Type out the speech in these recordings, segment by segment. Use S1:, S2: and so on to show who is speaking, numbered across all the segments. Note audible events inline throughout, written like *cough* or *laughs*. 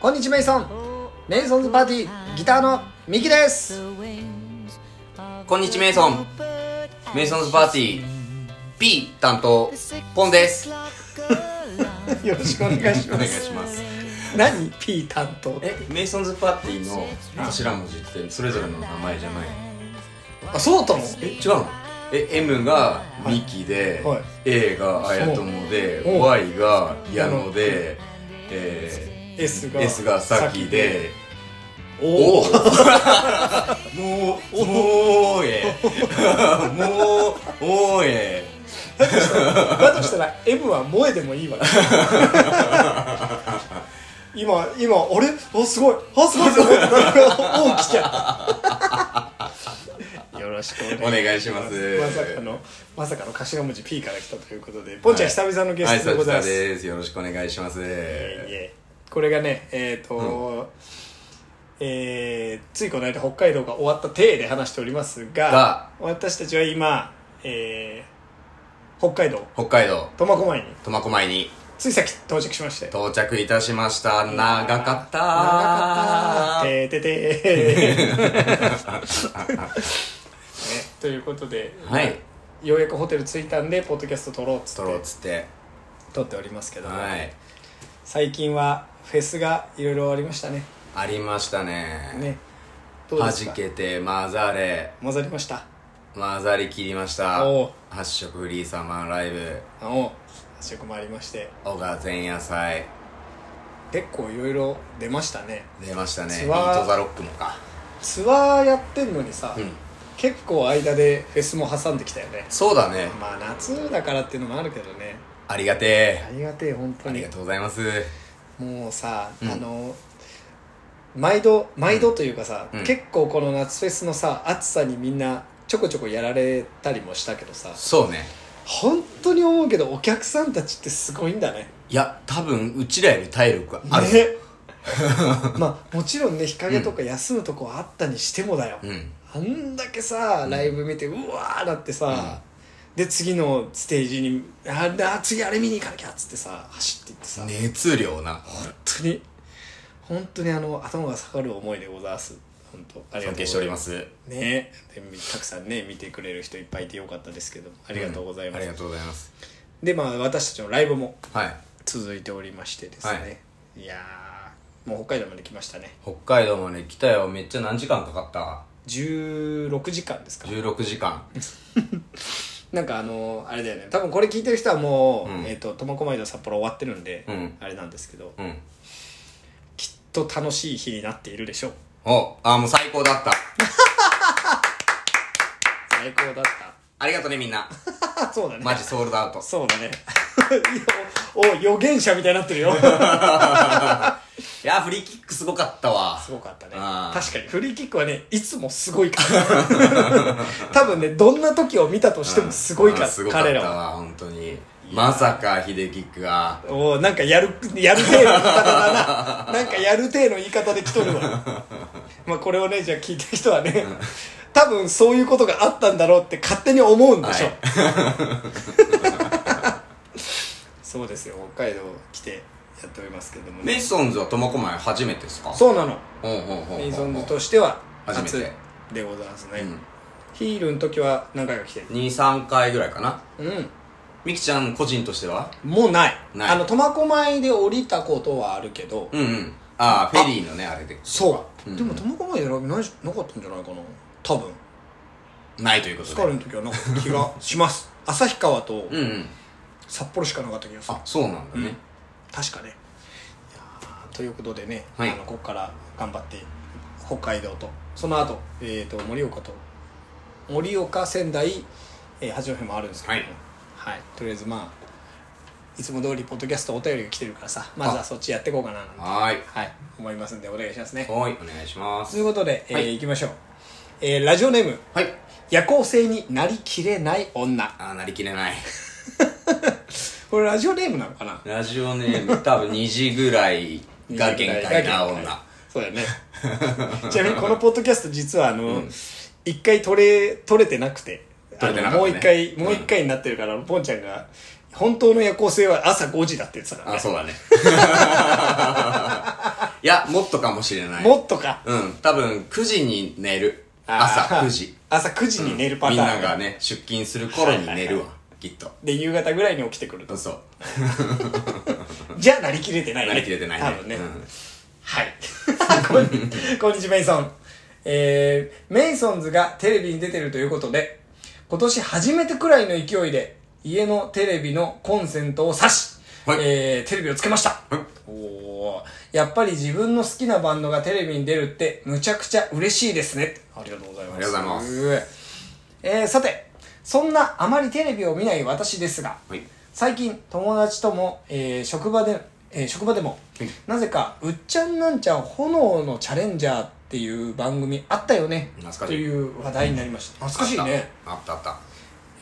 S1: こんにちはメイソンメイソンズパーティーギターのミキです
S2: こんにちはメイソンメイソンズパーティー P 担当ポンで
S1: *laughs*
S2: す
S1: よろしくお願いし
S2: お願いします
S1: *laughs* 何 P 担当
S2: えメイソンズパーティーの頭文字ってそれぞれの名前じゃない
S1: あそうだったの
S2: え違うのえ M がミキで、
S1: はい
S2: A が綾友で
S1: おう
S2: Y が矢野で、え
S1: S
S2: ー、
S1: が
S2: S がさきで
S1: お
S2: お
S1: お
S2: お *laughs* もうもうえ *laughs* もうおえ
S1: *laughs* だとしたら M は萌えでもいいわ *laughs* 今今あれあすごいあすごいすごい *laughs* おお来ちゃう *laughs* よろしくお
S2: お願いします
S1: まさかのまさかの頭文字 P から来たということでポンちゃん久々のゲストでございます、
S2: は
S1: え
S2: い、久々です。よろしくお願いします。
S1: いえこれがねえっ、と、えーついこの間北海道が終わった体で話しておりますが
S2: が
S1: 私たちは今、えー北海道
S2: 北海道
S1: 苫小牧に
S2: 苫小牧に
S1: ついさっき到着しまして
S2: 到着いたしました。長かった
S1: 長かったてーててーね
S2: *laughs*
S1: ということで
S2: はい。
S1: ようやくホテル着いたんでポッドキャスト撮ろうっつ
S2: 撮ろう
S1: っ
S2: ってつって。
S1: 撮っておりますけども、
S2: はい。
S1: 最近はフェスがいろいろありましたね
S2: ありましたね。
S1: ねどうで
S2: 弾
S1: すか
S2: けて混ざれ、
S1: 混ざりました
S2: 混ざり切りました
S1: おう。
S2: 発色フリーサマーライブ、
S1: あの発色もありまして
S2: 小川前夜祭、
S1: 結構いろいろ出ましたね
S2: 出ましたね。ビ
S1: ツアー
S2: ートザロックもか。
S1: ツアーやってんのにさ、
S2: うん。
S1: 結構間でフェスも挟んできたよね
S2: そうだね。
S1: まあ夏だからっていうのもあるけどね
S2: ありがて
S1: ありがてえ本
S2: え。
S1: 当
S2: あり
S1: に
S2: がとうございます。
S1: もうさ、
S2: うん
S1: あの毎度毎度というかさ、
S2: うん
S1: 結構この夏フェスのさ暑さにみんなちょこちょこやられたりもしたけどさ
S2: そうね。
S1: 本当に思うけどお客さんたちってすごいんだね
S2: いや、多分、うちらより体力がある。
S1: ね *laughs* まあもちろんね日陰とか休むとこはあったにしてもだよ、
S2: うん。
S1: あんだけさライブ見て、うわーだってさ、で次のステージにああ次あれ見に行かなきゃっつってさ走っていってさ、
S2: 熱量な。
S1: 本当に本当にあの頭が下がる思いでございます本当ありがとうござ
S2: 尊
S1: い
S2: 敬しております。
S1: すねでみたくさんね見てくれる人いっぱいいてよかったですけどもありがとうございます、
S2: ありがとうございます。
S1: でまあ私たちのライブも
S2: はい。
S1: 続いておりましてですね、い、やーもう北海道まで来ましたね
S2: 北海道まで来たよ。めっちゃ何時間かかった
S1: 16時間ですか
S2: ?16 時間。
S1: なんかあのーあれだよね多分これ聞いてる人はもう、
S2: うん
S1: えっと苫小牧と札幌終わってるんで、
S2: うん
S1: あれなんですけど
S2: うん。
S1: きっと楽しい日になっているでしょう
S2: お、あ、もう最高だった。
S1: 最高だっ
S2: ありがとうね、みんな。
S1: たそうだね
S2: マジソールドアウト。
S1: そうだね。 *laughs* お、予言者みたいになってる
S2: *laughs*
S1: よ。
S2: いや、フリーキックすごかったわ。
S1: すごかったね
S2: あ。ー
S1: 確かに、フリーキックはね、いつもすごいから。 *laughs* 多分ね、どんな時を見たとしてもすごいから、
S2: うんすごかっ
S1: 彼ら
S2: た
S1: は。
S2: わ、本当に。まさか、秀樹が。
S1: おーなんかやる、やる体の言い方だな。なんかやる体の言い方で来とるわ。
S2: *laughs*
S1: まあこれをね、じゃあ聞いた人はね、 *laughs* 多分そういうことがあったんだろうって勝手に思うんでしょ。
S2: はい
S1: *laughs* そうですよ、北海道来てやっておりますけども
S2: メイ
S1: ね。
S2: ソンズは苫小牧初めてですか
S1: そうなの。
S2: う。うんうんうんうん。
S1: メイソンズとしては
S2: 初めて
S1: 初でございますね、
S2: うん
S1: ヒールの時は何回か来てる
S2: 2、3回ぐらいかな。
S1: う
S2: みきちゃん個人としては
S1: んもうない
S2: ない
S1: あの苫小牧で降りたことはあるけど、
S2: うんうん。ああ、フェリーのね、あれで。
S1: そう、
S2: うん
S1: でも苫小牧でライブないしなかったんじゃないかな多分
S2: ないというこ
S1: ス
S2: と
S1: カ
S2: で。
S1: ーレの時はなんか気がします旭川と
S2: うんうん。
S1: 札幌しかなかった気がする
S2: あ、そうなんだね。
S1: 確かねいやーということでね、
S2: はい
S1: あのここから頑張って北海道とその後、えー、と盛岡と盛岡仙台、えー八戸もあるんですけども、はいとりあえずまあいつも通りポッドキャストお便りが来てるからさまずはそっちやっていこうかななんて
S2: はーい。
S1: はい思いますんでお願いしますね
S2: はい、お願いしま
S1: と
S2: す。
S1: いうことで、えー、
S2: はいい
S1: きましょう、えーラジオネーム
S2: はい。
S1: 夜行性になりきれない女
S2: あー、なりきれない。
S1: *laughs* これラジオネームなのかな
S2: ラジオネーム、多分2時ぐらいが限界な
S1: *laughs*
S2: 女。
S1: そうだよねちなみにこのポッドキャスト実はあの一、回取れ取れてなくて
S2: 撮れてなかった
S1: あの
S2: ね
S1: もう一回、
S2: うん
S1: もう一回になってるからあのポンちゃんが本当の夜行性は朝5時だって言ってたから、 *laughs*
S2: あ、
S1: ね、
S2: そうだね。いや、もっとかもしれない。
S1: もっとか
S2: うん、多分9時に寝る。朝
S1: あー
S2: 9時。
S1: 朝9時に寝るパターン、
S2: みんながね、出勤する頃に寝るわ。きっと。
S1: で夕方ぐらいに起きてくると
S2: そう。
S1: じゃあなりきれてないね
S2: 慣れきれてないね。
S1: 多分ね、
S2: うん
S1: はい *laughs* こんにこんにちはメイソンえー、メイソンズがテレビに出てるということで今年初めてくらいの勢いで家のテレビのコンセントを挿し、
S2: はい
S1: えーテレビをつけました、
S2: はい
S1: おーやっぱり自分の好きなバンドがテレビに出るってむちゃくちゃ嬉しいですねありがとうございます
S2: ありがとうございます
S1: えーさてそんなあまりテレビを見ない私ですが、
S2: はい
S1: 最近友達とも、えー職場で、えー職場でも、
S2: はい
S1: なぜか「うっちゃんなんちゃん炎のチャレンジャー」っていう番組あったよね
S2: 懐かし
S1: と
S2: い
S1: いう話題になりました、懐かしいね
S2: あった。あったあっ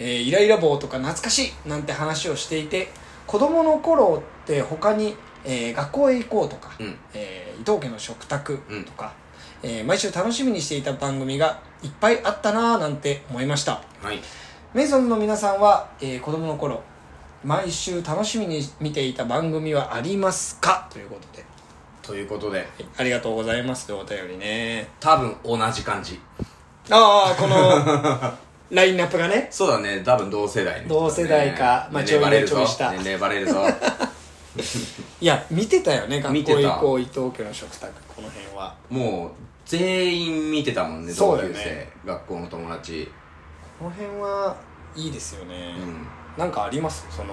S1: えーイライラ棒とか懐かしいなんて話をしていて子供の頃って他に、えー学校へ行こうとか、
S2: うん
S1: えー伊藤家の食卓とか、えー毎週楽しみにしていた番組がいっぱいあったなぁなんて思いました
S2: た。はい。
S1: メイソンズの皆さんは、えー子供の頃毎週楽しみに見ていた番組はありますかということで、
S2: ということで、
S1: はいありがとうございますというお便りね
S2: 多分同じ感じ。
S1: ああこの
S2: *laughs*
S1: ラインナップがね
S2: そうだね、多分同世代の人だね
S1: 同世代かまあ
S2: 年齢バレる
S1: ちょい
S2: ぞ
S1: 上ちょい下。
S2: 年齢バレ
S1: *laughs*
S2: るぞ。
S1: いや見てたよね学
S2: 見て
S1: 校
S2: た
S1: 行こう伊藤家の食卓この辺は
S2: もう、全員見てたもんね、
S1: そ
S2: 同
S1: うだよ
S2: 級
S1: ね
S2: 生。学校の友達。
S1: この辺はいいですよね
S2: う、ん。
S1: なんかありますその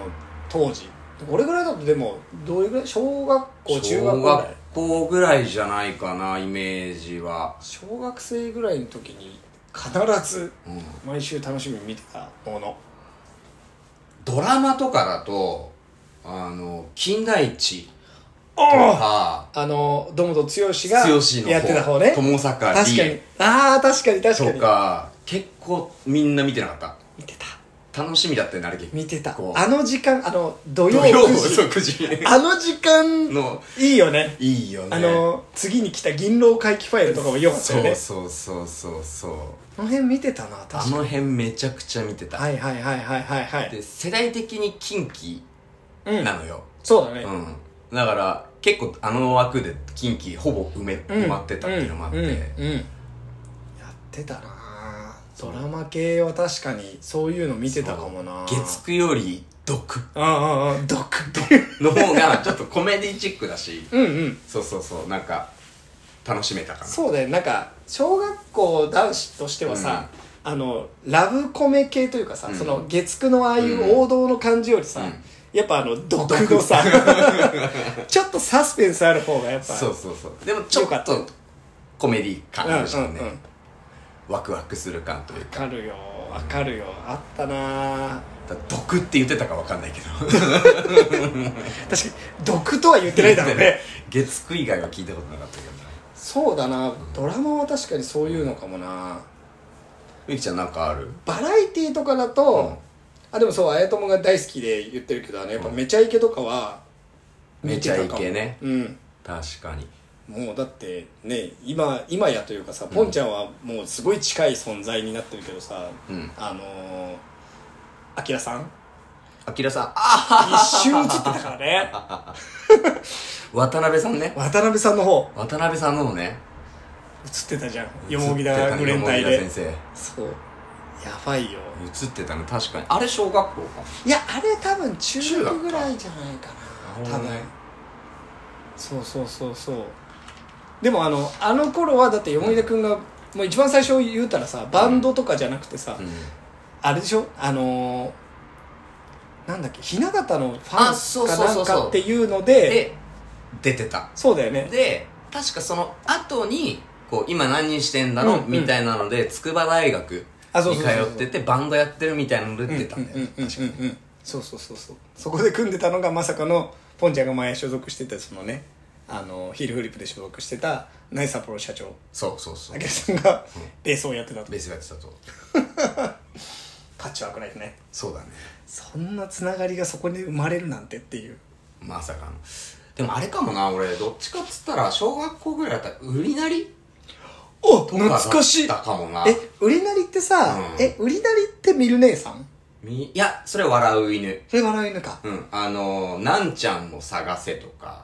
S1: 当時俺ぐらいだとでもどれぐらい小学校中学校ぐらい
S2: 小学校ぐらいじゃないかなイメージは
S1: 小学生ぐらいの時に必ず
S2: うん
S1: 毎週楽しみに見てたもの
S2: ドラマとかだとあの金田一と
S1: あ
S2: か
S1: の堂本剛が
S2: 剛の方
S1: やってた方ね
S2: 友坂
S1: 確かに
S2: 理
S1: ああ確かに確か
S2: と
S1: に
S2: か結構みんな見てなかっ
S1: 見てた
S2: た楽しみだったよねあれ結構
S1: 見てた
S2: こう
S1: あの時間あの土
S2: 土
S1: 曜
S2: 曜
S1: 9
S2: そう
S1: 時
S2: 9
S1: *laughs*
S2: 時
S1: あの時間
S2: の
S1: いいよね
S2: いいよね
S1: あの次に来た銀狼回帰ファイルとかも良かった
S2: そ
S1: よね
S2: うそうそうそうそう
S1: この辺見てたな
S2: あ
S1: 確か
S2: の
S1: に
S2: 辺めちゃくちゃ見てた、
S1: はいはいはいはいはいはい
S2: で世代的に近畿
S1: うん
S2: なのよ、
S1: そうだね
S2: うん、だから結構あの枠で近畿ほぼ埋め、埋まってたっていうのもあって、
S1: うんうんうんやってたなドラマ系は確かにそういうの見てたかもな
S2: 月9より毒
S1: うんうんうんドクド
S2: *laughs*
S1: ク
S2: の方がちょっとコメディチックだし
S1: うんうん
S2: そうそうそうなんか楽しめたかな
S1: そうだよなんか小学校男子としてはさ、あのラブコメ系というかさ、
S2: うん
S1: その月9のああいう王道の感じよりさ、
S2: うん
S1: やっぱあの毒のさ *laughs* ちょっとサスペンスある方がやっぱ
S2: そうそうそうでもちょ
S1: よかっ
S2: ったとコメディ感あるじゃん
S1: うん
S2: ね、
S1: うんうん
S2: ワクワクする感というか
S1: わかるよわかるよあったな
S2: だ毒って言ってたかわかんないけど
S1: 確かに毒とは言ってないだろうね
S2: *laughs* 月9以外は聞いたことなかったけどな
S1: そうだなドラマは確かにそういうのかもな
S2: みきちゃんなんかある
S1: バラエティーとかだと、あでもそう綾友が大好きで言ってるけどあのやっぱ「めちゃイケ」とかは
S2: めちゃイケ
S1: ね
S2: ね
S1: うん
S2: 確かに
S1: もうだってね今今やというかさポンちゃんはもうすごい近い存在になってるけどさ、
S2: うん
S1: あのーあきらさん
S2: *laughs* あきらさんあ
S1: 一瞬映ってたからね
S2: 渡辺さんね
S1: 渡辺さんの方
S2: 渡辺さんのもね
S1: 映ってたじゃん
S2: 映
S1: よ
S2: っ
S1: もぎ
S2: て
S1: だ
S2: た
S1: グレン隊
S2: よもぎ
S1: で
S2: だ先
S1: そうやばいよ
S2: 生映ってたの確かにあれ小学校か
S1: いやあれ多分中
S2: 中学
S1: 学
S2: か
S1: ぐらいじゃないかな多
S2: なるほど
S1: 分
S2: ね
S1: そうそうそうそうでもあのあの頃はだってよもぎだくんが、もう一番最初言うたらさバンドとかじゃなくてさ、
S2: うん
S1: あれでしょあのー、なんだっけ雛形のフ
S2: あそ
S1: ァ
S2: う
S1: ンか
S2: そ
S1: なん
S2: うそうそう
S1: かっていうので
S2: で出てた
S1: そうだよね
S2: で確かその後にこう今何してんだろ
S1: うん
S2: うみたいなので筑波大学
S1: あ
S2: に通っててバンドやってるみたいなので出てたんだよ
S1: うんうんうんうんうんそうそうそうそうそこで組んでたのがまさかのポンちゃんが前所属してたそのねあのヒールフリップで所属してたナイスサポロ社長
S2: そうそうそう
S1: あきらさんがベースをやってたと
S2: ベースやってたと
S1: パッチワークライフね
S2: そうだね
S1: そんなつながりがそこに生まれるなんてっていう
S2: まさかのでもあれかもな俺どっちかっつったら小学校ぐらいだったら売りなり
S1: お
S2: とか
S1: 懐
S2: だ
S1: かし
S2: っ
S1: い
S2: たかもな
S1: え売りなりってさ、
S2: うん
S1: え売りなりって見る姉さん
S2: みいやそれ笑う犬
S1: それ笑い犬か、
S2: うん、あのー、なんちゃんを探せとか、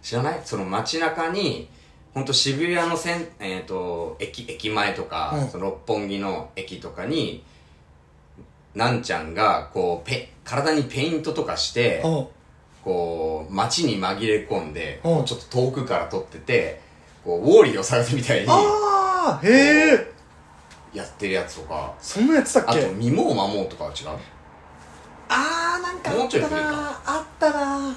S2: 知らないその街中に、本当渋谷のせん、えっ、と、駅、駅前とか、
S1: うん
S2: その六本木の駅とかに、なんちゃんが、こう、ペ、体にペイントとかして、
S1: おう
S2: こう、街に紛れ込んで、
S1: うん
S2: こうちょっと遠くから撮ってて、こう、ウォーリーを探すみたいに、
S1: ああへえ
S2: やってるやつとか、
S1: そんなやつだっ
S2: あ
S1: け
S2: と、身も守もうとかは違う
S1: あーなんか
S2: も
S1: あ
S2: う
S1: っ
S2: ちょい
S1: た
S2: 古い
S1: な
S2: か
S1: あったな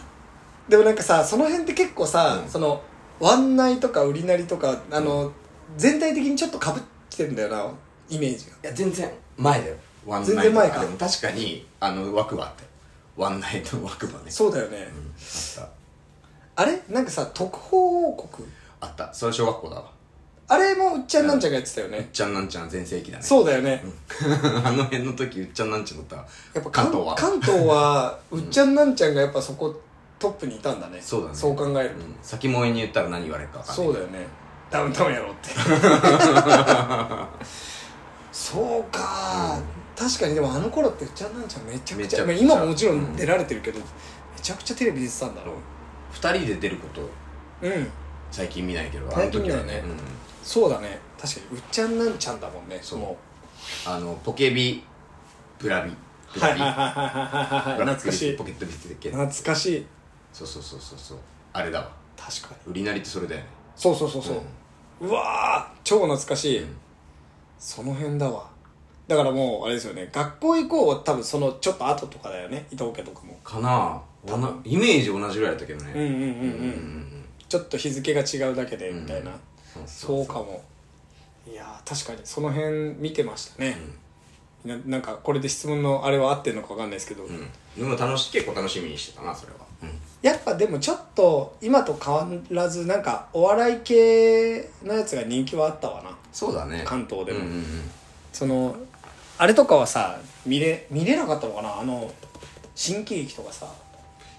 S1: でもなんかさその辺って結構さ、
S2: うん
S1: そのワンナイとか売りなりとかあの、全体的にちょっとかぶってるんだよなイメージが
S2: いや、全然前だよ。ワンナイト。
S1: 全然前か
S2: でも確かに、あの、枠はあって。ワンナイトの枠はね。
S1: そうだよね、
S2: うんあっ
S1: あれなんかさ特報王国
S2: た。あった。それ小学校だわ。
S1: あれもうっちゃんなんちゃんがやってたよね、
S2: うっちゃんなんちゃん全盛期だね。
S1: そうだよね、
S2: *laughs* あの辺の時、うっちゃんなんちゃんだったわ。
S1: やっぱ
S2: 関東は
S1: 関東はうっちゃんなんちゃんがやっぱそこトップにいたんだね
S2: そうだね
S1: そう考える
S2: う
S1: と、
S2: ん。先萌えに言ったら何言われるかわかんない。
S1: そうだよねダウンタウンやろうってそうか、確かにでもあの頃ってうっちゃんなんちゃんめちゃく
S2: め
S1: ち
S2: ちゃ
S1: ゃ
S2: くちゃ
S1: 今ももちろん出られてるけど、めちゃくちゃテレビ出てたんだろ
S2: 二人で出ること、
S1: ううん
S2: 最近見ないけど、あの
S1: 最近
S2: 時
S1: 見な
S2: はい
S1: ね
S2: ね、うん
S1: そうだね確かにうっちゃんなんちゃんだもんね
S2: そう
S1: も
S2: あの、ポケビ、ブラビ、
S1: う
S2: ブ
S1: はい
S2: ラ
S1: はいはいはいはいは
S2: ビ、ブ
S1: い懐
S2: ラック
S1: か
S2: リ
S1: し
S2: ス
S1: い
S2: ポケットビスケット。
S1: 懐かしい
S2: そうそうそうそうそう。あれだわ。
S1: 確かに
S2: 売りなりってそれだよね。
S1: そうそうそうそう、うわー超懐かしい、
S2: うん
S1: その辺だわだからもうあれですよね学校行こうは多分そのちょっと後とかだよね伊藤家とかも
S2: かなあ
S1: 多分
S2: イメージ同じぐらいだったけどね
S1: うんうんうんうん、
S2: うんうん
S1: ちょっと日付が違うだけで
S2: うん
S1: みたいな、
S2: うん
S1: そうかもいやー確かにその辺見てましたね、ななんかこれで質問のあれは合ってるのか分かんないですけど、
S2: うんでも楽し結構楽しみにしてたなそれは
S1: やっぱでもちょっと今と変わらずなんかお笑い系のやつが人気はあったわな
S2: そうだね
S1: 関東でも
S2: うんうんうん
S1: そのあれとかはさ見れ見れなかったのかなあの新喜劇とかさ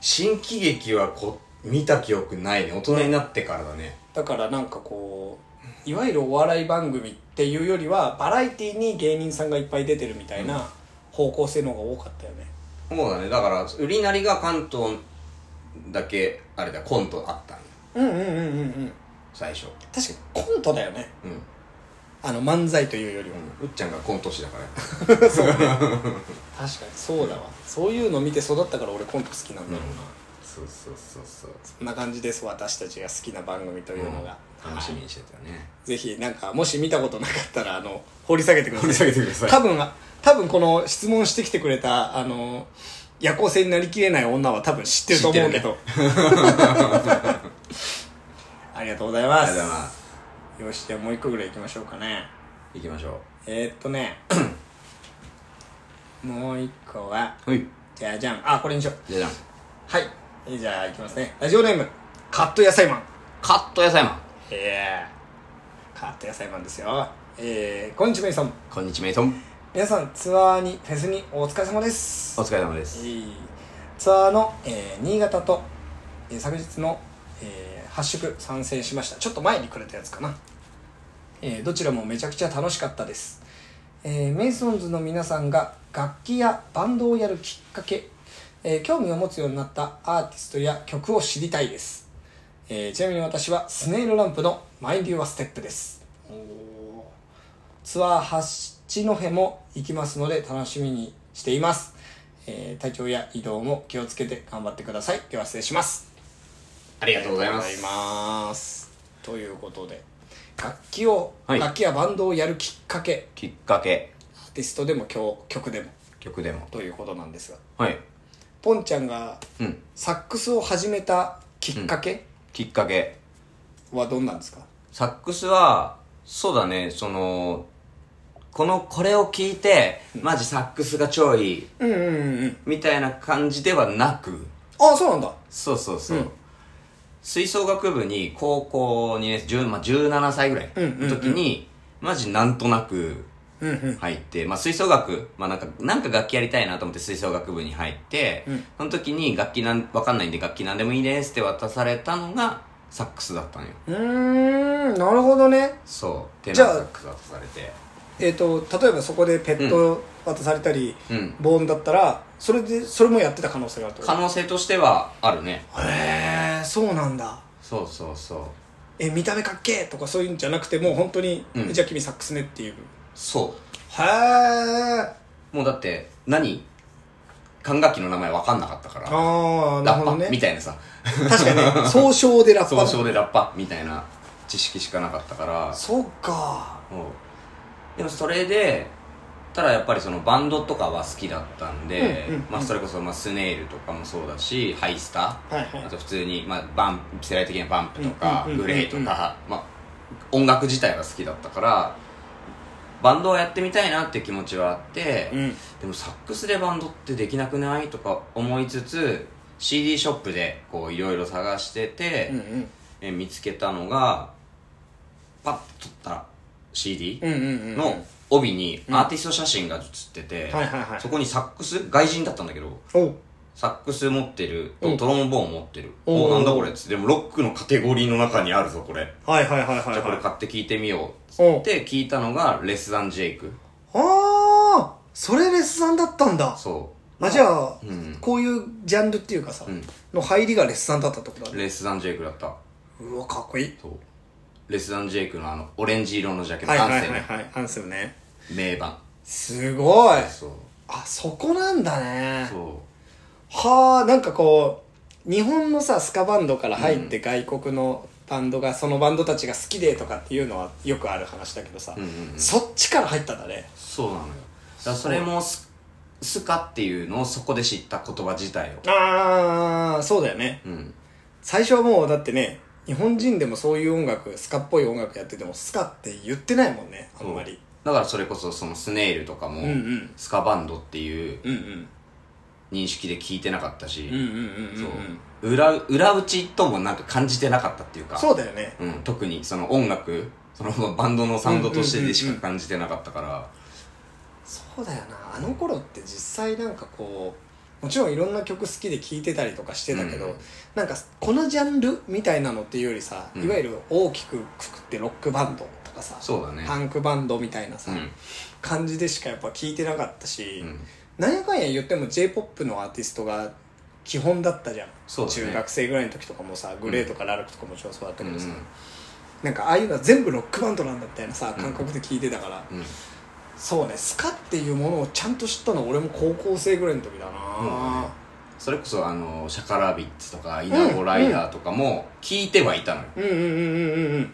S2: 新喜劇はこ見た記憶ないね大人になってからだね
S1: だからなんかこういわゆるお笑い番組っていうよりはバラエティに芸人さんがいっぱい出てるみたいな方向性の方が多かったよね
S2: そうだねだから売りなりが関東だけあれだコントあったんよ
S1: うんうんうんうんうん
S2: 最初
S1: 確かにコントだよね
S2: うんうん
S1: あの漫才というよりは、
S2: うっちゃんがコント師だから
S1: 確かにそうだわそういうの見て育ったから俺コント好きなんだろうな、
S2: そうそうそうそう
S1: そんな感じです私たちが好きな番組というのが、
S2: うん楽しみにしてたね
S1: ぜひなんかもし見たことなかったらあの掘り下げてください
S2: てくださ
S1: 多分あ多分この質問してきてくれたあの夜行性になりきれない女は多分知ってると思うけど、ありがとうございま
S2: あり
S1: す
S2: がとうございます
S1: よしじゃあもう一個ぐらい行きましょうかね
S2: 行きましょ
S1: えー、っとねもう一個は
S2: うはい
S1: じゃじゃんあこれにしよう
S2: じゃじゃん
S1: はいえーじゃあ行きますねラジオネームカット野菜マン
S2: カット野菜マン
S1: ええカット野菜マンですよえー、こんにちはメイさん
S2: こんにちはメイトン
S1: 皆さんツアーにフェスにお疲れ様です
S2: お疲れ様です
S1: えーツアーの、えー新潟と、えー昨日の、えー発色参戦しましたちょっと前にくれたやつかな、えーどちらもめちゃくちゃ楽しかったです、えーメイソンズの皆さんが楽器やバンドをやるきっかけ、えー興味を持つようになったアーティストや曲を知りたいです、えーちなみに私はスネイルランプの「マイビューはステップ」ですツアー八戸も行きますので楽しみにしています、えー体調や移動も気をつけて頑張ってくださいでは失礼します
S2: ありがとうござい
S1: あ
S2: ま
S1: りがとう
S2: す
S1: ございますということで楽器を、
S2: はい
S1: 楽器やバンドをやるきっかけ
S2: きっかけ
S1: アーティストでも曲曲でも
S2: 曲でも
S1: ということなんですが
S2: はい
S1: ポンちゃんが
S2: うん
S1: サックスを始めたきっかけ
S2: きっかけ
S1: はどんなんですか、
S2: サックスはそうだねそのこのこれを聞いてマジサックスが超いい
S1: うん、うんうんうん
S2: みたいな感じではなく
S1: あそうなんだ
S2: そうそうそう、
S1: うん
S2: 吹奏楽部に高校2年10まあ、17歳ぐらいの時に、マジなんとなく
S1: うんうん
S2: 入って、まあ、吹奏楽、まあ、なんかなんか楽器やりたいなと思って吹奏楽部に入って、
S1: うん
S2: その時に楽器なんわかんないんで楽器なんでもいいですって渡されたのがサックスだったのよ
S1: うーんなるほどね
S2: そうテナ
S1: じゃ
S2: ー
S1: あ
S2: サックス渡されて
S1: えー、と例えばそこでペット渡されたり、
S2: うん
S1: ボーンだったらそれでそれもやってた可能性があるってこ
S2: 可能性としてはあるね
S1: とへえーそうなんだ
S2: そうそうそう
S1: え見た目かっけえとかそういうんじゃなくてもう本当に、
S2: うん
S1: じゃあ君サックスねっていう
S2: そ
S1: へえ
S2: うもうだって何管楽器の名前分かんなかったから
S1: ああな
S2: ラ
S1: る
S2: ッ
S1: ほど
S2: パ、み
S1: ね
S2: たいなさ
S1: 確か
S2: *laughs*
S1: にね総称でラッパ
S2: 総
S1: だ
S2: 称でラッパみたいな知識しかなかったから
S1: そうか
S2: もうでもそれでただやっぱりそのバンドとかは好きだったんで、
S1: うんうんうん
S2: まあ、それこそまあスネイルとかもそうだしハイスタ
S1: はいはい
S2: あと普通に、まあ、バン世代的なバンプとか、
S1: うんうんうんうん
S2: グレーとか、まあ、音楽自体が好きだったからバンドをやってみたいなって気持ちはあって、
S1: うん
S2: でもサックスでバンドってできなくないとか思いつつ CD ショップでこういろいろ探してて、
S1: うんうん
S2: え見つけたのがパッと取った CD
S1: うんうんうん
S2: の帯にアーティスト写真が写ってて、
S1: はいはいはい
S2: そこにサックス外人だったんだけど
S1: おう
S2: サックス持ってる
S1: うん
S2: とトロンボーン持ってる、
S1: おう
S2: おおなんだこれっつってでもロックのカテゴリーの中にあるぞこれ
S1: はいはいはいは
S2: じ
S1: い
S2: ゃあこれ
S1: はい
S2: 買って聞いてみようっつ
S1: おう
S2: って聞いたのがレス・ザン・ジェイク
S1: ああそれレスさんだったんだ
S2: そう
S1: あじゃあ、
S2: うん
S1: こういうジャンルっていうかさ、
S2: うん
S1: の入りがレッサンだったってことだね
S2: レス・ザン・ジェイクだった
S1: うわかっこいい
S2: そうレス・ザン・ジェイクのあのオレンジ色のジャケット、
S1: はいはい
S2: アン
S1: は
S2: セ
S1: い
S2: ム
S1: はいアンセムね
S2: 名盤
S1: すごい
S2: そう
S1: あそこなんだね
S2: そ
S1: はあなんかこう日本のさスカバンドから入って外国のバンドが、そのバンドたちが好きでとかっていうのはよくある話だけどさ、
S2: ううんうんうん
S1: そっちから入ったんだね
S2: そうなのよだからそれもススカっていうのをそこで知った言葉自体を
S1: ああそうだよね
S2: うん
S1: 最初はもうだってね日本人でもそういう音楽スカっぽい音楽やっててもスカって言ってないもんねあんまり
S2: だからそれこそそのスネイルとかも
S1: うんうん
S2: スカバンドっていう
S1: うんうん
S2: 認識で聞いてなかったし、
S1: うんうんうんうんうん
S2: そう裏裏打ちともなんか感じてなかったっていうか
S1: そうだよね
S2: うん、特にその音楽そのバンドのサウンドとしてでしか感じてなかったから、
S1: そうだよなあの頃って実際なんかこうもちろんいろんな曲好きで聴いてたりとかしてたけど、
S2: うん
S1: なんかこのジャンルみたいなのっていうよりさ、
S2: うん
S1: いわゆる大きくくくってロックバンドとかさ、
S2: そうだね
S1: パンクバンドみたいなさ、
S2: うん
S1: 感じでしかやっぱ聴いてなかったし、
S2: うん
S1: なんやかんや言っても j p o p のアーティストが基本だったじゃん、
S2: そうだね
S1: 中学生ぐらいの時とかもさグレーとかラルクとかもちろんそうだった
S2: う
S1: け
S2: ん
S1: どさ、なんかああいうのは全部ロックバンドなんだみたいなさ
S2: うん
S1: 感覚で聞いてたから、
S2: うん
S1: そうねスカっていうものをちゃんと知ったの俺も高校生ぐらいの時だな、
S2: んそれこそあのシャカラビッツとかイナゴライダーとかも聞いてはいたのよ、
S1: うんうんうんうんうんうん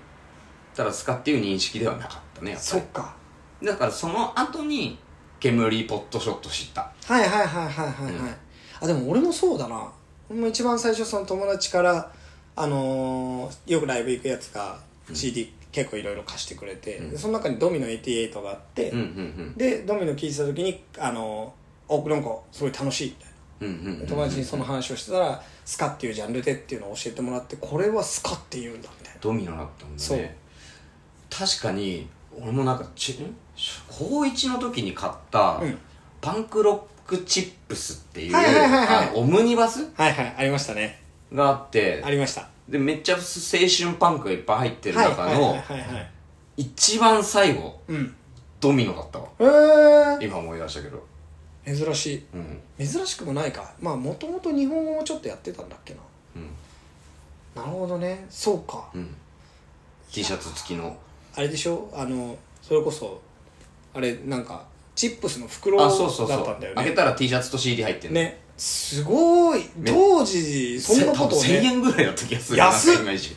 S2: ただスカっていう認識ではなかったねやっぱ
S1: そ
S2: り
S1: っか
S2: だからその後に煙ポットショット知った
S1: はいはいはいはいはいはい、
S2: うん
S1: あでも俺もそうだな俺も一番最初その友達からあのーよくライブ行くやつが CD 結構いろいろ貸してくれて、
S2: うん
S1: でその中にドミノ88があって、
S2: うんうん
S1: でドミノ聴いてた時にあのー、おなんかすごい楽しいみたいな
S2: うんうんうんうん
S1: 友達にその話をしてたら「スカっていうジャンルで」っていうのを教えてもらってこれはスカって言うんだみたいな
S2: ドミノだったんだ
S1: そう
S2: ね確かに俺もなんかちん高1の時に買った
S1: うん
S2: パンクロックチップスっていう
S1: はいはいはいはい
S2: あのオムニバス
S1: はいはいありましたね
S2: があって
S1: ありました
S2: でめっちゃ青春パンクがいっぱい入ってる
S1: はい
S2: 中
S1: はいはい
S2: の
S1: はいはい
S2: 一番最後
S1: うん
S2: ドミノだったわ
S1: え
S2: 今思い出したけど
S1: え珍し
S2: うん
S1: い珍しくもないかまあもともと日本語もちょっとやってたんだっけな
S2: うん
S1: なるほどねそうか
S2: うん T シャツ付きの
S1: あれでしょあのそれこそあれなんかチップスの袋だ
S2: あ
S1: っ
S2: そうそうそ
S1: た
S2: うん
S1: だよ
S2: 開け
S1: ね
S2: たら T シャツと CD 入ってる
S1: ねすごい
S2: め
S1: 当時そんなことを
S2: せ1000
S1: ね
S2: 円ぐらいだった気がする
S1: 安っ
S2: なんかイメージ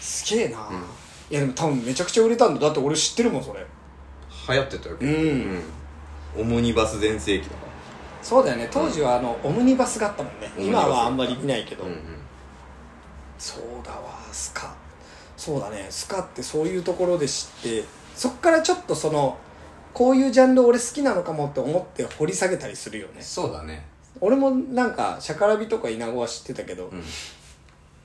S1: すげえな、いやでも多分めちゃくちゃ売れたんだだって俺知ってるもんそれ
S2: 流行ってたよ
S1: うん
S2: オムニバス全盛期だか
S1: そうだよね当時はあの、オムニバスがあったもんね
S2: オムニバ
S1: 今
S2: ス
S1: はあんまり見ないけど、
S2: ら
S1: そうだわスカそうだねスカってそういうところで知ってそっからちょっとそのこういうジャンル俺好きなのかもって思って掘り下げたりするよね
S2: そうだね
S1: 俺もなんかシャカラビとかイナゴは知ってたけど、
S2: うん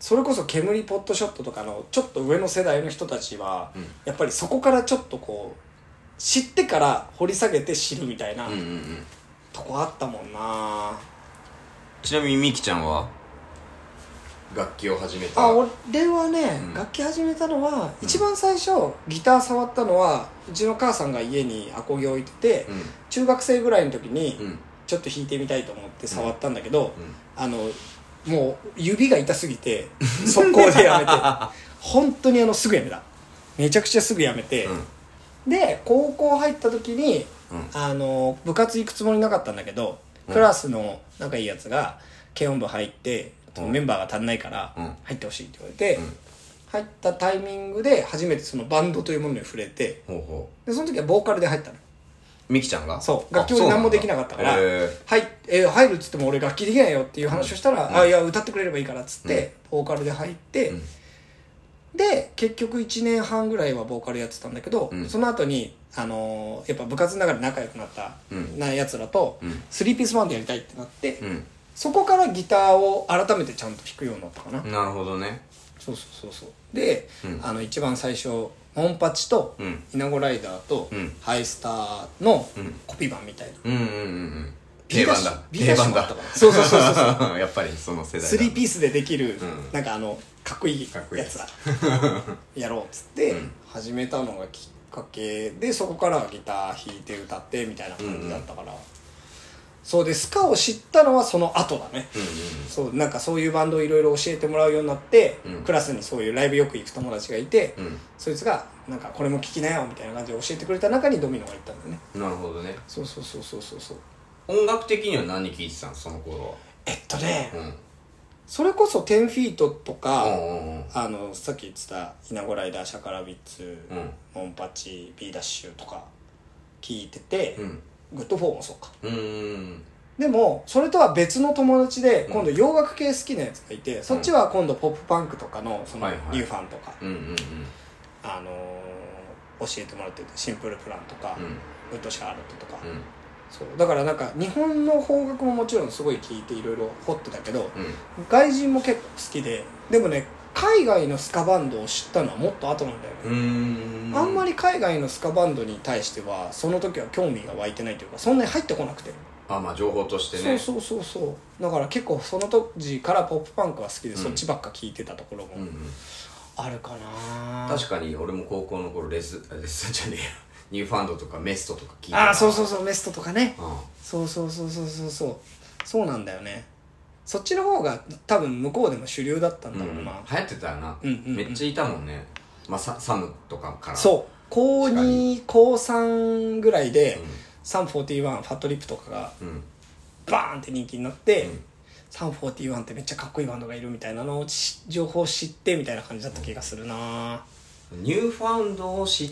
S1: それこそ煙ポットショットとかのちょっと上の世代の人たちは、
S2: うん
S1: やっぱりそこからちょっとこう知ってから掘り下げて知るみたいな
S2: うんうんうん
S1: とこあったもんな、
S2: ちなみにみきちゃんは楽器を始めた
S1: あ俺はね、
S2: うん
S1: 楽器始めたのは、一番最初ギター触ったのはうちの母さんが家にアコギ置いてて、
S2: うん
S1: 中学生ぐらいの時に
S2: うん
S1: ちょっと弾いてみたいと思って触ったんだけど、あのもう指が痛すぎ
S2: *laughs*
S1: て速攻でやめて本当にあのすぐやめためちゃくちゃすぐやめて、で高校入った時に、
S2: うん
S1: あの部活行くつもりなかったんだけどクラスの仲いいやつが軽音部入って、
S2: うん
S1: メンバーが足んないから
S2: うん
S1: 入ってほしいって言われて、
S2: うん
S1: 入ったタイミングで初めてそのバンドというものに触れて
S2: ほうほ
S1: でその時はボーカルで入ったの
S2: うみきちゃんが
S1: そう
S2: あ
S1: 楽器も何もできなかったから「
S2: そうなんだへ
S1: はいえー入る」っつっても俺楽器できないよっていう話をしたら「
S2: うん
S1: あいや歌ってくれればいいから」っつって、ボーカルで入って、
S2: うん
S1: で結局1年半ぐらいはボーカルやってたんだけど、
S2: うん
S1: その後にあのーやっぱ部活の中で仲良くなった、
S2: うん
S1: なやつらと、
S2: うん
S1: スリーピースバンドやりたいってなって、
S2: ー
S1: そこからギターを改めてちゃんと弾くようになったかな、
S2: うんなるほどね
S1: そうそうそうそうで、
S2: うん
S1: あの一番最初モンパチと
S2: うん
S1: イナゴライダーと
S2: うん
S1: ハイスターの
S2: うん
S1: コピー版みたいな、
S2: うんうんうんうん
S1: ビー
S2: 定
S1: ダッ
S2: 番
S1: シュ
S2: だ
S1: ビーダ
S2: 定
S1: ッシュ
S2: 番
S1: もあった
S2: だ
S1: からそうそうそうそうそう
S2: *laughs* やっぱりその世代だ
S1: スリーピースでできる、
S2: うん
S1: なんかあのかっこいい
S2: かっこいい
S1: やつだ
S2: *laughs*
S1: やろうっつって
S2: うん
S1: 始めたのがきっかけでそこからギター弾いて歌ってみたいな感じだったから、そうでスカを知ったのはその後だね、
S2: うん
S1: そうなんかそういうバンドをいろいろ教えてもらうようになって、
S2: うん
S1: クラスにそういうライブよく行く友達がいて、
S2: うん
S1: そいつがなんかこれも聞きなよみたいな感じで教えてくれた中にドミノが行ったんだよね
S2: うんなるほどね
S1: そうそうそうそうそうそう
S2: 音楽的には何聴いてたのその頃
S1: えっとね、
S2: はうん
S1: それこそ10フィートとか、
S2: うんうんうん
S1: あのさっき言ってた「イナゴライダーシャカラビッツ」
S2: うん
S1: モンパチ」「ビーダッシュ」とか聞いてて、
S2: うん
S1: グッドフォーもそうか
S2: うんうん
S1: でもそれとは別の友達で
S2: うん
S1: 今度洋楽系好きなやつがいて、そっちは今度ポップパンクとかのその
S2: はいはい
S1: ニューファンとか、
S2: うんうんうん
S1: あのー教えてもらっててシンプルプランとか、ウッドシャーロットとか、
S2: うんうん
S1: そうだからなんか日本の邦楽ももちろんすごい聞いていろいろ掘ってたけど、
S2: うん
S1: 外人も結構好きででもね海外のスカバンドを知ったのはもっと後なんだよね、
S2: うーん
S1: あんま
S2: り
S1: り海外のスカバンドに対してはその時は興味が湧いてないというかそんなに入ってこなくて、
S2: あまあ情報として
S1: そう
S2: ね
S1: そうそうそうだから結構その当時からポップパンクは好きで、
S2: うん
S1: そっちばっか聞いてたところ
S2: うん
S1: も
S2: うん
S1: あるかな、
S2: 確かに俺も高校の頃レスレスじゃねえや *laughs* ニューファンドとかメストとか聞いて
S1: ああそうそううそうメストとかねそうそうそうそうそうそうそうなんだよねそっちの方が多分向こうでも主流だったん
S2: ん
S1: だ
S2: うん
S1: ろう
S2: 流
S1: な、
S2: 行ってたよな
S1: うんうんうん
S2: めっちゃいたもんねまあササムとかからう
S1: そう高
S2: 確か
S1: 2高3ぐらいで、
S2: ん
S1: サン341ファットリップとかが
S2: うん
S1: バーンって人気になって、
S2: うん
S1: サン341ってめっちゃかっこいいバンドがいるみたいなのをし情報を知ってみたいな感じだった気がするな
S2: ニューファンドを知っ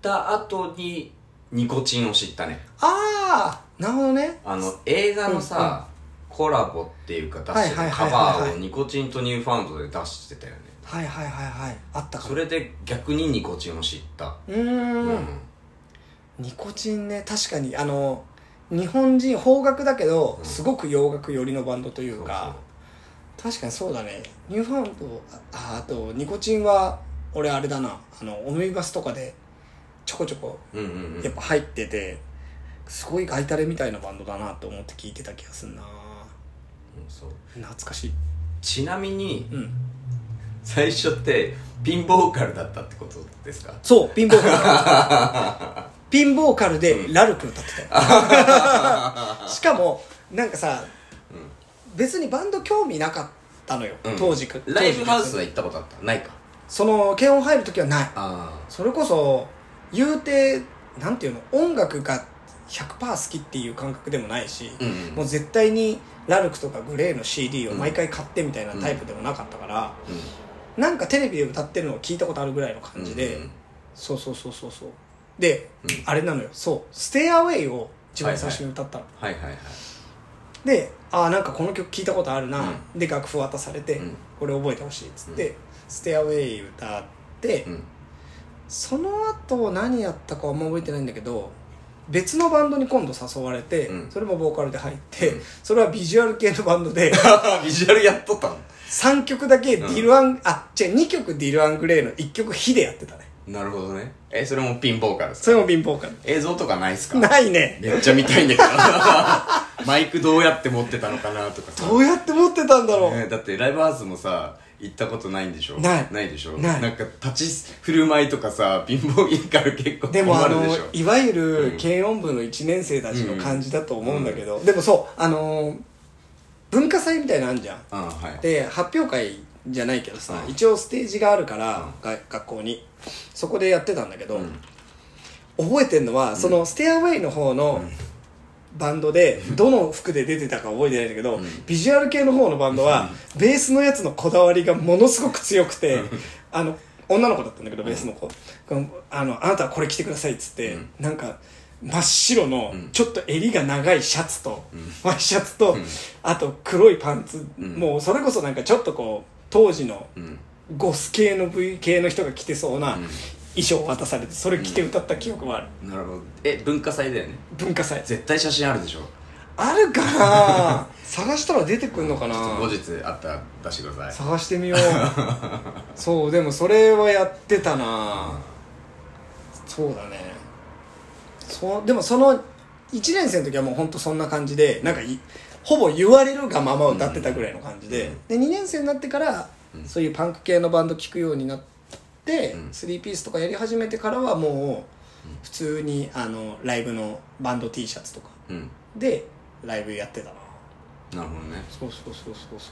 S2: た後にニコチンを知ったね
S1: あーなるほどね
S2: あの映画のさ、コラボっていうか出して
S1: はいはいはい
S2: るカ
S1: はいはい
S2: バーをニコチンとニューファンドで出してたよね
S1: はいはいはいはいあったか
S2: そ
S1: も
S2: れで逆にニコチンを知った
S1: うーんニコチンね確かにあの日本人邦楽だけど、
S2: うん
S1: すごく洋楽寄りのバンドとい
S2: そうう
S1: か確かにそうだねニューファンドああとニコチンは俺あれだなあのオムニバスとかでちょこちょこ
S2: そううんうんうん
S1: やっぱ入っててすごいガイタレみたいなバンドだなと思って聞いてた気がするな
S2: うんそう
S1: 懐かしい
S2: ちなみに
S1: うん
S2: 最初ってピンボーカルだったってことですか
S1: そうピンボーカ
S2: *laughs*
S1: ルピンボーカルでラルク歌って
S2: *laughs*
S1: たよしかもなんかさ、別にバンド興味なかったのよ、
S2: うん
S1: 当時か
S2: ライブハウス
S1: 当
S2: は
S1: 時
S2: 行ったことあったないか
S1: その軽音入る時はない
S2: あ
S1: それこそ言うてなんていうの音楽が100%好きっていう感覚でもないし、
S2: うんうん
S1: もう絶対にラルクとかグレーの CD を毎回買ってみたいなタイプでもなかったから、なんかテレビで歌ってるのを聞いたことあるぐらいの
S2: うん
S1: 感じで、
S2: うん
S1: そうそうそうそうそうで、
S2: うん
S1: あれなのよそう「ステイアウェイを一番最初に歌ったの、
S2: はいはいはい
S1: でああんかこの曲聞いたことあるな、で楽譜渡されて、
S2: うん
S1: これ覚えてほしいっつって「ステイアウェイ歌って、
S2: うん *laughs*
S1: その後何やったかはあんま覚えてないんだけど別のバンドに今度誘われて、
S2: うん
S1: それもボーカルで入って、
S2: うん
S1: それはビジュアル系のバンド
S2: *laughs*
S1: で
S2: ビジュアルやっとったの
S1: 3曲だけディルアン、あ違う2曲ディルアングレイの1曲ヒでやってたね
S2: なるほどねえそれもピンボーカルです
S1: それも貧乏感
S2: 映像とかないっすか
S1: ないね
S2: めっちゃ見たいんだけど *laughs* マイクどうやって持ってたのかなとかさ
S1: どうやって持ってたんだろう、
S2: ねだってライブハウスもさ行ったことないんでしょ
S1: ない
S2: ないでしょ
S1: ない
S2: んか立ち振る舞いとかさ貧乏家から結構
S1: でも
S2: 困
S1: あ
S2: る
S1: の
S2: でしょ
S1: いわゆる
S2: うん
S1: 軽音部の1年生たちの感じだと思うんだけど、でもそうあのー文化祭みたいなのあんじゃん
S2: うんはい
S1: で発表会じゃないけどさ、
S2: うん
S1: 一応ステージがあるから、が学校にそこでやってたんだけど、覚えてんのは、そのステアウェイの方の、バンドでどの服で出てたか覚えてないんだけど、ビジュアル系の方のバンドは、ベースのやつのこだわりがものすごく強くてあの女の子だったんだけどベースの子、あのあなたはこれ着てくださいっつって、なんか真っ白のちょっと襟が長いシャツと、ワイシャツと、あと黒いパンツ、
S2: ん
S1: もうそれこそなんかちょっとこう当時の
S2: うん
S1: ゴス系の V 系の人が着てそうな衣装を渡されてそれ着て歌った記憶もある
S2: なるほどえ文化祭だよね
S1: 文化祭
S2: 絶対写真あるでしょ
S1: あるかな *laughs* 探したら出てくんのかな
S3: 後日あったら出してください
S1: 探してみよう *laughs* そうでもそれはやってたなそうだねそうでもその1年生の時はもうほんとそんな感じでなんかいほぼ言われるがまま歌ってたぐらいの感じで,、で2年生になってから、そういうパンク系のバンド聴くようになって、
S2: ん
S1: スリーピースとかやり始めてからはもう普通にあのライブのバンド T シャツとか
S2: うん
S1: でライブやってたな
S2: なるほどね
S1: そうそうそうそうそ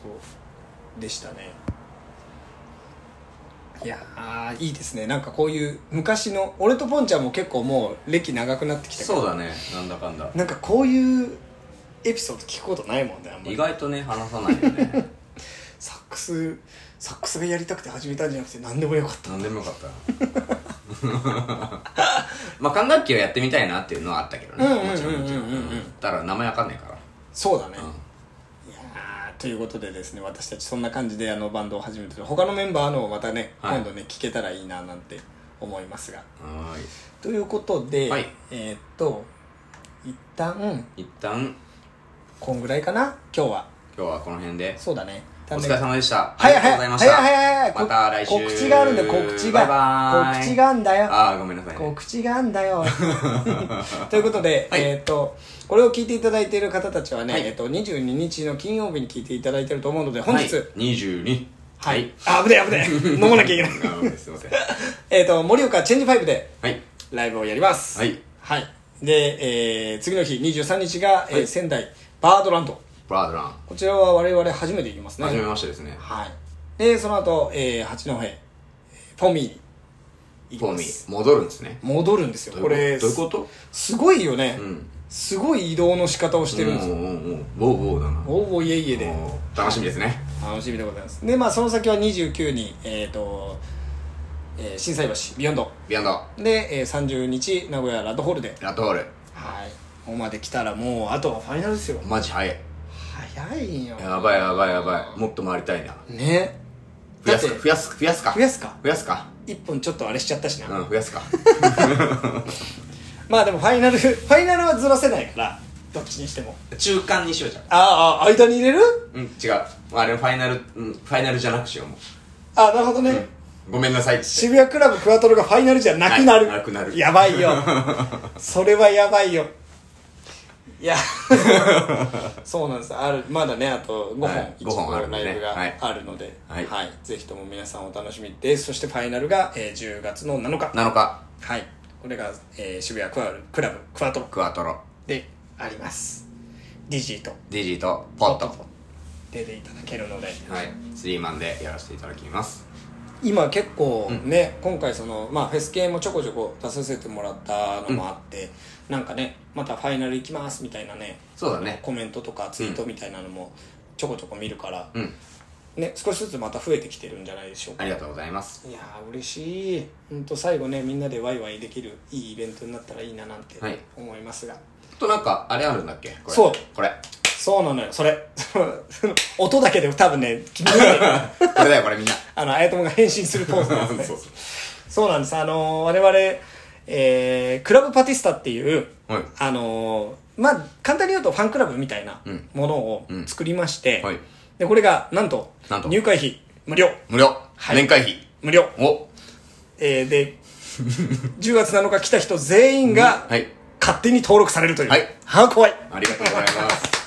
S1: うでしたねいやーいいですねなんかこういう昔の俺とポンちゃんも結構もう歴長くなってきたけど
S2: そうだねなんだかんだ
S1: なんかこういうエピソード聞くことないもんねあんま
S2: 意
S1: り
S2: 外とね話さないよね
S1: サックスサックスがやりたくて始めたんじゃなくて何でもよかった
S2: 何でもよかった *laughs* まあ管楽器をやってみたいなっていうのはあったけどね
S1: うんうんうんうんうん
S2: もちろんもちろんうんただ名前わかんないから
S1: そうだね、
S2: うん
S1: いやーということでですね私たちそんな感じであのバンドを始めてる他のメンバーのをまたね、
S2: はい
S1: 今度ね聞けたらいいななんて思いますが
S2: はーい
S1: ということで、
S2: はい
S1: えーっと一旦
S2: 一旦
S1: こんぐらいかな今日は
S2: 今日はこの辺で
S1: そうだね
S2: お疲れ様でしたあ
S1: は
S2: り
S1: い
S2: が
S1: は
S2: とう
S1: い
S2: ござ
S1: はいい
S2: ま
S1: はい
S2: した
S1: はい
S2: また来週
S1: 告知があるんだよ告知が
S2: バイバイ
S1: 告知があんだよ
S2: ああごめんなさいね
S1: 告知があんだ
S2: *laughs*
S1: よ *laughs* ということで、えーっとこれを聞いていただいている方たちはね、
S2: はい
S1: えーっと22日の金曜日に聞いていただいていると思うので本
S2: はい
S1: 日はい、
S2: 22
S1: あ危ねえ危ね
S2: *laughs*
S1: え飲まなきゃいけない
S2: あごめんすいませんは
S1: えーっと盛岡チェンジファイブで
S2: い
S1: ライブをやります
S2: はい、
S1: はい、で、えー次の日23日が、えー仙台バードランド
S2: バードラン
S1: こちらは我々初めて行きますね。
S2: 初めましてですね
S1: はい。で、その後、えー、八戸、えーポミーに行き
S2: フォー
S1: ま
S2: ミ
S1: す。
S2: ー戻るんですね
S1: 戻るんですよ。
S2: どう
S1: こ
S2: い
S1: れ、
S2: うことどういうこ
S1: すごいよね、
S2: とうん
S1: すごい移動の仕方をしてるんですよ。
S2: おうおうおうおうおうだな
S1: おうおういえいえで、
S2: おう楽しみですね
S1: 楽しみでございます。で、まあ、その先は29に、えっ、と、えー、震災橋、ビヨンド。
S2: ビアンド
S1: で、えー、30日、名古屋ラドホールで。
S2: ラトール
S1: はい。ここまで来たらもう、あとはファイナルですよ。
S2: マジ早い
S1: 早いよ。
S2: やばいやばいやばいもっと回りたいな
S1: ね。だ
S2: 増や
S1: って
S2: す、か増やすか増やすか
S1: 増やすか
S2: 増やすか
S1: 1分ちょっとあれしちゃったしな。
S2: うん増やすか
S1: まあでもファイナル *laughs* ファイナルはずらせないからどっちにしても
S2: *laughs* 中間にしようじゃん
S1: ああ間に入れる
S2: うん違うあれファイナルうんファイナルじゃなくしようも
S1: あなるほどね、
S2: うごめんなさいって
S1: 渋谷クラブクワトロがファイナルじゃなくなる、
S2: はいなくなる
S1: やば
S2: *laughs*
S1: いよそれはやばいよいや *laughs* そうなんですあるまだねあと5本、
S2: はい
S1: 一
S2: 5本あるんで
S1: ラ
S2: ね
S1: イブが
S2: はい
S1: あるので、
S2: はい
S1: ぜひとも皆さんお楽しみですそしてファイナルが、えー10月の7日
S2: 7日
S1: はいこれが、えー渋谷クワクラブクワトロ
S2: クワトロ
S1: であります DG と
S2: ディジーとポット
S1: 出ていただけるので
S2: はいスリーマンでやらせていただきます
S1: 今結構ね、今回その、まあ、フェス系もちょこちょこ出させてもらったのもあって、なんかねまたファイナル行きますみたいなね
S2: そうだね
S1: コメントとかツイートみたいなのもちょこちょこ見るから、
S2: うん
S1: ね、少しずつまた増えてきてるんじゃないでしょう
S2: あ
S1: か
S2: りがとうございます
S1: いやー嬉しいほんと最後ねみんなでワイワイできるいいイベントになったらいいななんて
S2: はい
S1: 思いますが、
S2: あとなんかあれあるんだっけこれ
S1: そう
S2: これ
S1: そうなのよそれ *laughs* その音だけで多分ね気に入ら
S2: *laughs*
S1: ない
S2: これだよこれみんな
S1: あのあやともが変身するポーズなんですね
S2: *laughs* そうそう
S1: そうなんです。あのー我々、えークラブパティスタっていう、
S2: はい
S1: あのーまあ、簡単に言うとファンクラブみたいな
S2: うん
S1: ものを
S2: うん
S1: 作りまして、
S2: はい
S1: で、これが、なんと、
S2: なんと
S1: 入会費、無料、
S2: 無料、
S1: はい
S2: 年会費
S1: 無料。
S2: お
S1: えー
S2: *laughs*
S1: で、10月7日来た人全員が、
S2: はい
S1: 勝手に登録されるという。
S2: はい
S1: はあ、怖い。
S2: ありがとうございます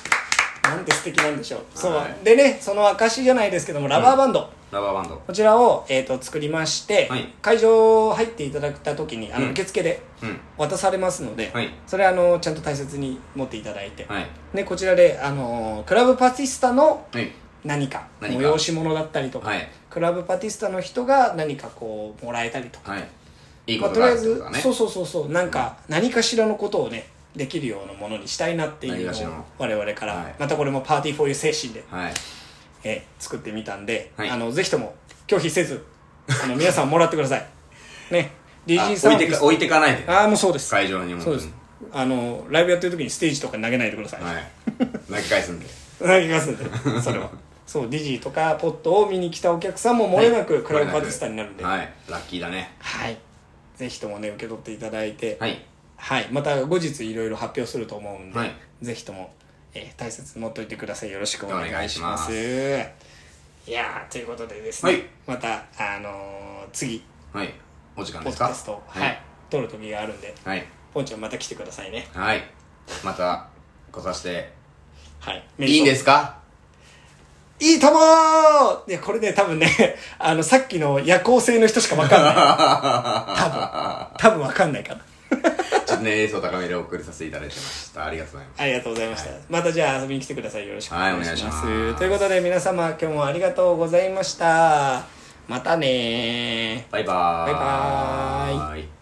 S1: *laughs* なんなんて素敵なんでしょう、そう
S3: はい
S1: でねその証じゃないですけどもラバーバンド、
S2: ラバーバンド
S1: こちらを、えー、と作りまして、
S2: はい
S1: 会場入っていただいた時にあの
S2: うん
S1: 受付で
S2: うん
S1: 渡されますので、
S2: はい
S1: それあのちゃんと大切に持っていただいて、
S2: はい
S1: でこちらであのクラブパティスタの
S2: はい
S1: 何か
S2: 何か
S1: 催し物だったりとか、
S2: はい
S1: クラブパティスタの人が何かこうもらえたりとか、
S2: はいいい
S1: ま
S2: こ
S1: あ、
S2: と
S1: とり
S2: があ
S1: あえ
S2: るってこ
S1: ず、
S2: とだね
S1: そうそうそうそうなんか何かしらのことをねできるようなものにしたいなっていう
S2: 何
S1: の
S2: かしら
S1: を
S2: の
S1: 我々から、
S2: はい
S1: またこれもパーティーフォーユー精神で、
S2: はい
S1: えー作ってみたんで、
S2: はい
S1: あのぜひとも拒否せずあの *laughs* 皆さんもらってくださいね
S2: あ
S1: DJ さん
S2: 置いてか置いてかないで
S1: ああもうそうです
S2: 会場にも
S1: そうですあのライブやってる時にステージとかに投げないでください、
S2: はい投げ返すんで
S1: 投げますんで *laughs* それはそうディジーとかポットを見に来たお客さんももれなくクラブパティスタになるんではい、
S2: はいラッキーだね
S1: ぜひともね受け取っていただいて
S2: はい
S1: はい、また後日いろいろ発表すると思うんで、
S2: はい
S1: ぜひとも、えー大切に持っておいてくださいよろしくお願いします
S2: お
S1: いやーということでですね、
S2: はい
S1: また、あのー次
S2: はいお時間
S1: ポ
S2: で
S1: ッ
S2: す
S1: ド
S2: か
S1: キャストを、はい、撮る時があるんで
S2: はい
S1: ポンちゃんまた来てくださいね
S2: はいまた来させて
S1: はい
S2: いいんですか
S1: いいともーいや、これね、多分ね、 *laughs* あの、さっきの夜行性の人しかわか
S2: *laughs*
S1: んない。多分。多分わかんないかな。
S2: ちょっとね、エースを高めでお送りさせていただいてました。ありがとうございます。
S1: ありがとうございました。またじゃあ遊びに来てください。よろしくお願いします。
S2: はいお願いします
S1: ということで皆様、今日もありがとうございました。またねー。
S2: バイバーイ。
S1: バイバ
S2: イ。